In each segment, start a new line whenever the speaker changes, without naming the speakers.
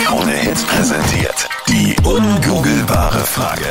Krone Hits präsentiert. Die ungoogelbare Frage.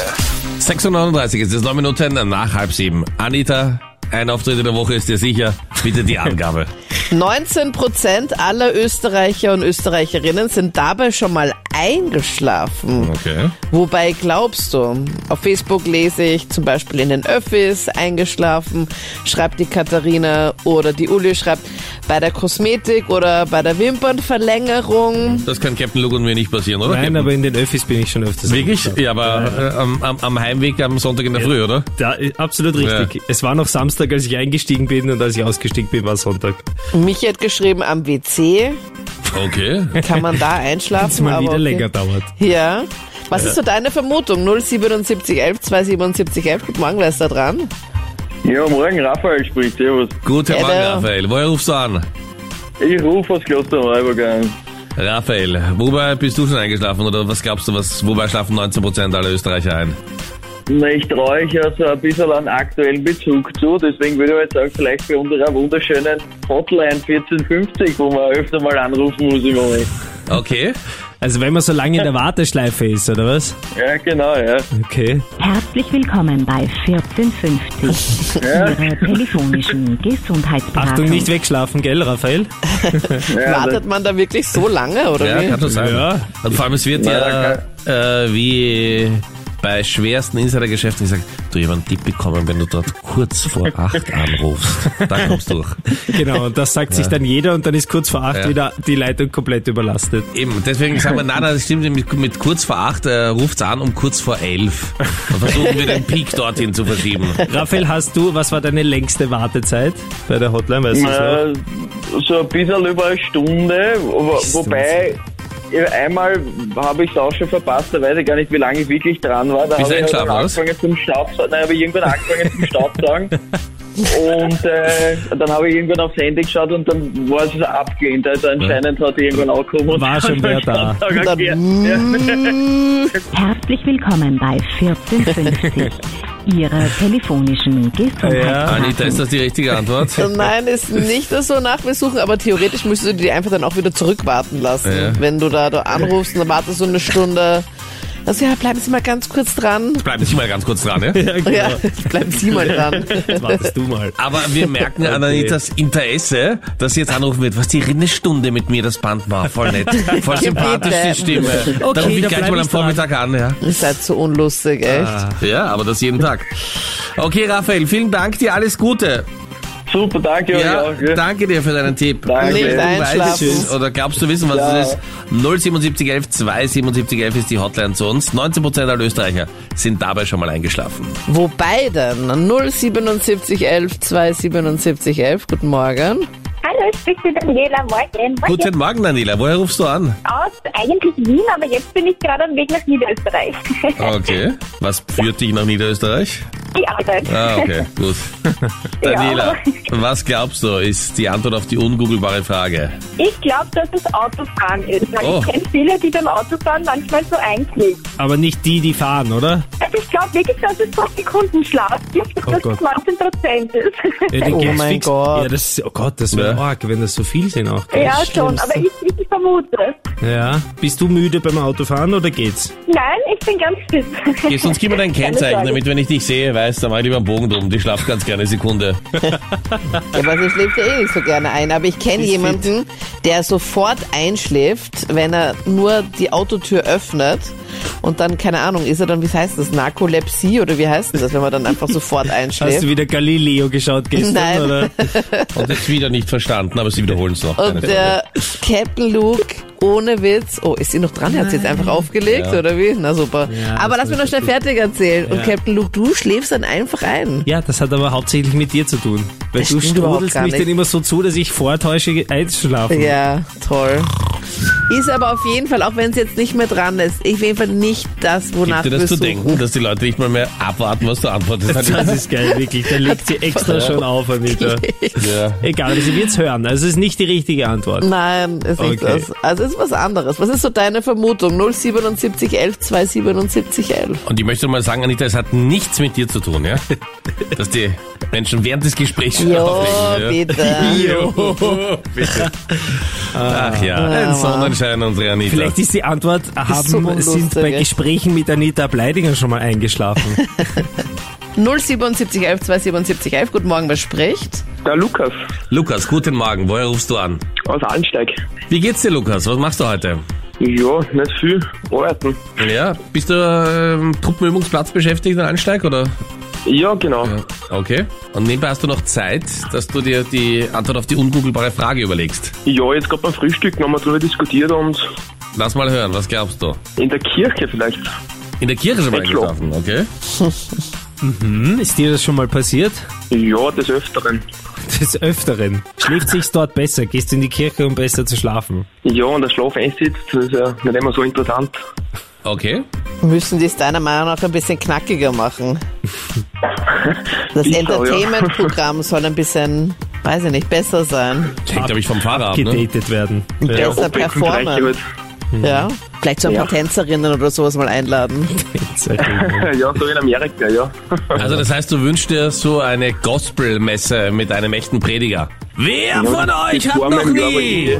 6.39, es ist neun Minuten nach halb sieben. Anita, ein Auftritt in der Woche ist dir sicher. Bitte die Angabe.
19 Prozent aller Österreicher und Österreicherinnen sind dabei schon mal eingeschlafen.
Okay.
Wobei glaubst du? Auf Facebook lese ich zum Beispiel in den Öffis eingeschlafen, schreibt die Katharina oder die Uli schreibt bei der Kosmetik oder bei der Wimpernverlängerung.
Das kann Captain Luke und mir nicht passieren, oder?
Nein,
Captain?
aber in den Öffis bin ich schon öfters.
Wirklich? Ja, aber äh, am, am, am Heimweg am Sonntag in der Früh, oder?
Da, äh, absolut richtig. Es war noch Samstag, als ich eingestiegen bin und als ich ausgestiegen bin, war Sonntag.
Michi hat geschrieben, am WC
Okay.
kann man da
Dass
einschlafen.
mal
aber
wieder
okay.
länger dauert.
Ja. Was ist so deine Vermutung? 07711 27711, guten Morgen, wer ist da dran?
Ja, morgen Raphael spricht, servus.
Gut, Herr
Ja,
Mann,
da-
Raphael. Woher rufst du an?
Ich rufe aus Kloster Neuburg an.
Raphael, wobei bist du schon eingeschlafen oder was glaubst du, was, wobei schlafen 19% aller Österreicher ein?
Na, Ich traue euch also ein bisschen einen aktuellen Bezug zu, deswegen würde ich jetzt sagen, vielleicht bei unserer wunderschönen Hotline 1450, wo man öfter mal anrufen muss im Moment.
Okay.
Also wenn man so lange in der Warteschleife ist, oder was?
Ja, genau, ja.
Okay.
Herzlich willkommen bei 1450. Ihre telefonischen Gesundheitsberatung.
Achtung, nicht wegschlafen, gell, Raphael?
ja
Wartet man da wirklich so lange, oder
Ja,
wie?
kann das sein.
Ja.
Und vor allem, es wird ja äh, wie bei schwersten Insidergeschäften gesagt, du jemand Tipp bekommen, wenn du dort kurz vor acht anrufst, dann kommst du durch.
Genau, und das sagt sich dann jeder und dann ist kurz vor acht
Ja.
wieder die Leitung komplett überlastet.
Eben, deswegen sagen wir, nein, nein, das stimmt, mit, mit kurz vor acht äh, ruft's an um kurz vor elf. Dann versuchen wir den Peak dorthin zu verschieben.
Raphael, hast du, was war deine längste Wartezeit bei der Hotline? Weißt du das
Äh.
noch?
Na, Äh, so ein bisschen über eine Stunde, wo, wobei ja, einmal habe ich es auch schon verpasst, da weiß ich gar nicht, wie lange ich wirklich dran war. Da
Bist du
habe ich
eingeschlafen,
irgendwann
oder was?
angefangen zum Staubsaugen, nein, habe ich irgendwann angefangen zum Staubsaugen. Und äh, dann habe ich irgendwann aufs Handy geschaut und dann war es abgelehnt. Also anscheinend hat irgendwann auch gekommen.
War schon wer da.
Dann-
Herzlich willkommen bei 1450. Ihre telefonischen Gesundheitsberatung.
Anita, ist das die richtige Antwort?
Nein, ist nicht das so nach wir suchen, aber theoretisch müsstest du die einfach dann auch wieder zurückwarten lassen.
Ja.
Wenn du da, da anrufst und dann wartest du eine Stunde. Also ja, bleiben Sie mal ganz kurz dran.
Bleiben Sie mal ganz kurz dran, ja?
Ja, genau.
Ja, bleiben Sie mal dran.
Jetzt wartest du mal.
Aber wir merken an Anitas Interesse, dass sie jetzt anrufen wird, was die Rinne Stunde mit mir das Band macht. Voll nett. Voll sympathisch die
bitte.
Stimme.
Okay,
da rufe ich
da
gleich
bleib
mal am
ich dran.
Vormittag an, ja.
Ihr seid so unlustig, echt.
Ja, aber das jeden Tag. Okay, Raphael, vielen Dank dir, alles Gute.
Super, danke euch
Ja,
auch. gell?
danke dir für deinen Tipp.
Danke.
Nicht
Du weißt
einschlafen.
es, Oder glaubst du wissen, was
Ja.
es ist? 07711 27711 ist die Hotline zu uns. 19% aller Österreicher sind dabei schon mal eingeschlafen.
Wobei denn? 07711 27711, guten Morgen.
Hallo, ich bin die Daniela Morgen. Morgen.
Guten Morgen, Daniela. Woher rufst du an?
Aus eigentlich Wien, aber jetzt bin ich gerade am Weg nach Niederösterreich.
Ah. Okay. Was führt dich nach Niederösterreich?
Die Arbeit.
Ah, okay, gut. Daniela, was glaubst du, ist die Antwort auf die ungoogelbare Frage?
Ich glaube, dass es Autofahren ist. Weil
Oh.
Ich kenne viele, die beim Autofahren manchmal so einknicken.
Aber nicht die, die fahren, oder?
Also ich glaube wirklich, dass es doch Sekundenschlaf gibt, dass
Oh
das
Gott.
19 Prozent ist.
Äh,
Ja, die
Oh
gibt's
mein
fix.
Gott.
Ja, das, oh Gott, das wäre
Ja.
arg, wenn das so viel sind auch. gell?
ja, schon, aber ich, ich vermute.
Ja. Bist du müde beim Autofahren oder geht's?
Nein, ich bin ganz fit.
Geh, sonst gib mir dein
Keine
Kennzeichen,
Sorge.
damit, wenn ich dich sehe, weißt, da mach ich lieber einen Bogen drum. Die schlaft ganz gerne eine Sekunde.
Ja, aber sie schläft ja eh nicht so gerne ein. Aber ich kenne jemanden, der sofort einschläft, wenn er nur die Autotür öffnet. Und dann, keine Ahnung, ist er dann, wie heißt das, Narkolepsie oder wie heißt denn das, wenn man dann einfach sofort
Hast du
einschläft?
wieder Galileo geschaut gestern?
Nein.
Oder?
Und jetzt wieder nicht verstanden, aber sie wiederholen es noch.
Und äh, der Captain Luke, ohne Witz, oh, ist sie noch dran? Hat sie jetzt einfach aufgelegt
Ja.
oder wie? Na super.
Ja,
aber lass
das
mich
ist
noch schnell fertig erzählen. Und
Ja.
Captain Luke, du schläfst dann einfach ein.
Ja, das hat aber hauptsächlich mit dir zu tun. Weil
Das
du
stimmt überhaupt
strudelst
gar
mich
nicht.
dann immer so zu, dass ich vortäusche einzuschlafen.
Ja, toll. Ist aber auf jeden Fall, auch wenn es jetzt nicht mehr dran ist, auf jeden Fall nicht das, wonach
Gibt dir
wir
das zu
suchen.
denken, dass die Leute nicht mal mehr abwarten, was du antwortest?
Das ist geil, wirklich. Da legt sie extra schon auf, Anita.
ja.
Egal, sie wird's hören. Also es ist nicht die richtige Antwort.
Nein, ist nicht
Okay.
das. Also ist was anderes. Was ist so deine Vermutung? 07711 27711.
Und ich möchte mal sagen, Anita, es hat nichts mit dir zu tun, ja? Dass die Menschen während des Gesprächs schon
Jo,
aufregen,
bitte.
ja? Jo, bitte. Ach ja.
Mann.
Sonnenschein, unsere Anita.
Vielleicht ist die Antwort,
so
haben,
unlustig,
sind bei
ey.
Gesprächen mit Anita Bleidinger schon mal eingeschlafen.
077 11 277 11. Guten Morgen, wer spricht?
Der Lukas
Lukas, guten Morgen. Woher rufst du an?
aus Ansteig.
Wie geht's dir, Lukas? Was machst du heute?
Ja, nicht viel. Arbeiten.
Ja, bist du ähm, Truppenübungsplatz beschäftigt in Ansteig oder?
Ja, genau.
Okay. Und nebenbei hast du noch Zeit, dass du dir die Antwort auf die ungoogelbare Frage überlegst.
Ja, jetzt gerade beim Frühstück haben wir darüber diskutiert und
Lass mal hören, was glaubst du?
in der Kirche vielleicht.
In der Kirche schon mal
Ecklo.
eingeschlafen, okay?
hm, ist dir das schon mal passiert?
Ja, des Öfteren.
Des Öfteren. Schläft sich's dort besser? Gehst du in die Kirche, um besser zu schlafen?
Ja, und der Schlaf einsitzt, das ist ja nicht immer so interessant.
Okay.
Müssen die es deiner Meinung nach ein bisschen knackiger machen? Das
Ich schau, ja.
Entertainment-Programm soll ein bisschen, weiß ich nicht, besser sein.
Hängt, glaube ich, vom Fahrer ab, ne?
Gedatet werden.
Besser performen. Ja. Vielleicht so ein
Ja.
paar Tänzerinnen oder sowas mal einladen.
halt. Ja, so in Amerika, ja.
Also das heißt, du wünschst dir so eine Gospelmesse mit einem echten Prediger. Wer von euch hat
Formen,
noch
glaube
nie?
ich.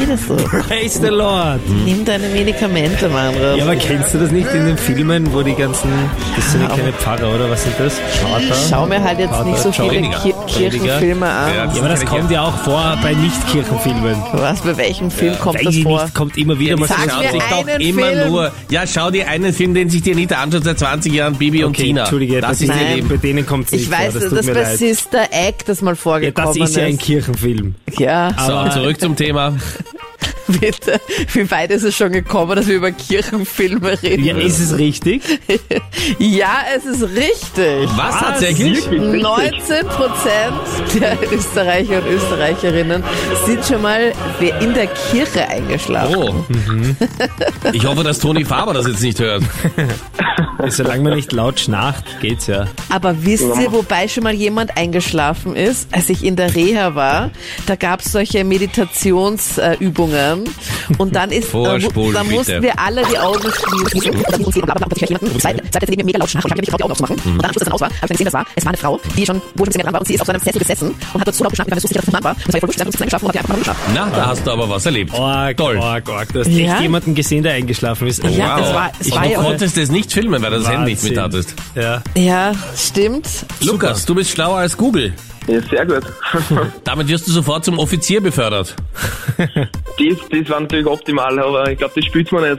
Wieder so.
Praise the Lord.
Nimm deine Medikamente, Manfred.
Ja, aber kennst du das nicht in den Filmen, wo die ganzen, das sind ja keine Pfarrer, oder was sind das? Charter?
Schau mir halt jetzt nicht so
Schau
viele
weniger.
Ki Kirchenfilme an.
Ja,
Ja, aber das kommt ja auch vor bei Nicht-Kirchenfilmen.
Was, bei welchem Film kommt
Weiß
das
ich
vor?
nicht, kommt immer wieder mal
Sie
Sag
schaut
mir
sich doch
einen
immer
Film.
nur. Ja, schau dir einen Film, den sich die Anita anschaut seit 20 Jahren, Bibi und
Okay,
Tina.
Entschuldige,
das
das
ist ihr
Nein.
Leben.
bei denen kommt es nicht
Ich weiß,
vor,
dass,
das tut mir
bei
leid.
Sister Act das mal
Ja, das
vorgekommen
ist ja ein Ah. Kirchenfilm.
Ja,
So,
Aber-
zurück zum Thema.
bitte. Wie weit ist es schon gekommen, dass wir über Kirchenfilme reden?
Ja, ist es richtig?
Ja, es ist richtig.
Was tatsächlich?
19 Prozent der Österreicher und Österreicherinnen sind schon mal in der Kirche eingeschlafen.
Oh. Ich hoffe, dass Toni Faber das jetzt nicht hört.
Solange man nicht laut schnarcht, geht's ja.
Aber wisst ihr, wobei schon mal jemand eingeschlafen ist, als ich in der Reha war? Da gab's solche Meditationsübungen äh, Übungen. und dann ist, äh,
Vorspulen,
dann
bitte.
mussten wir alle die Augen schließen.
Seitdem neben mir mega laut schnarcht. Ich habe nämlich gerade die Augen aufzumachen. Und dann am Schluss, als es dann aus war, habe ich dann gesehen, das war, es war eine Frau, die schon wohl schon sehr dran war und sie ist auf so einem Sessel gesessen und hat dort so laut geschnarcht, weil es wusste, dass es ein Mann war. Und es war ihr voll wurscht, sie hat einfach geschlafen und hat einfach mal geschlafen.
Na, da hast du aber was erlebt.
Oh.
Org,
Toll.
org, org. Du hast
Ja?
echt jemanden gesehen, der eingeschlafen ist.
Ja,
Wow.
das war- es
Und
war
du
ja-
konntest es nicht filmen, weil du das Handy nicht mit
Wahnsinn.
hattest.
Ja.
Ja, stimmt.
Lukas, du bist schlauer als Google.
Ja, sehr gut.
Damit wirst du sofort zum Offizier befördert.
Das, das war natürlich optimal, aber ich glaube, das spielt man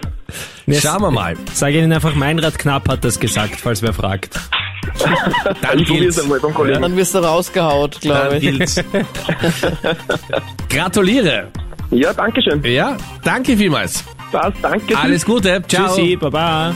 nicht.
Schauen wir mal.
Sag ihnen einfach, Meinrad Knapp hat das gesagt, falls wer fragt.
Dann
Ich probiere es
gilt's.
einmal beim Kollegen.
Dann wirst du rausgehaut, glaube
Dann
ich.
gilt's. Gratuliere.
Ja, danke schön.
Ja, danke vielmals.
Passt, danke.
Alles Gute. Ciao.
Tschüssi, baba.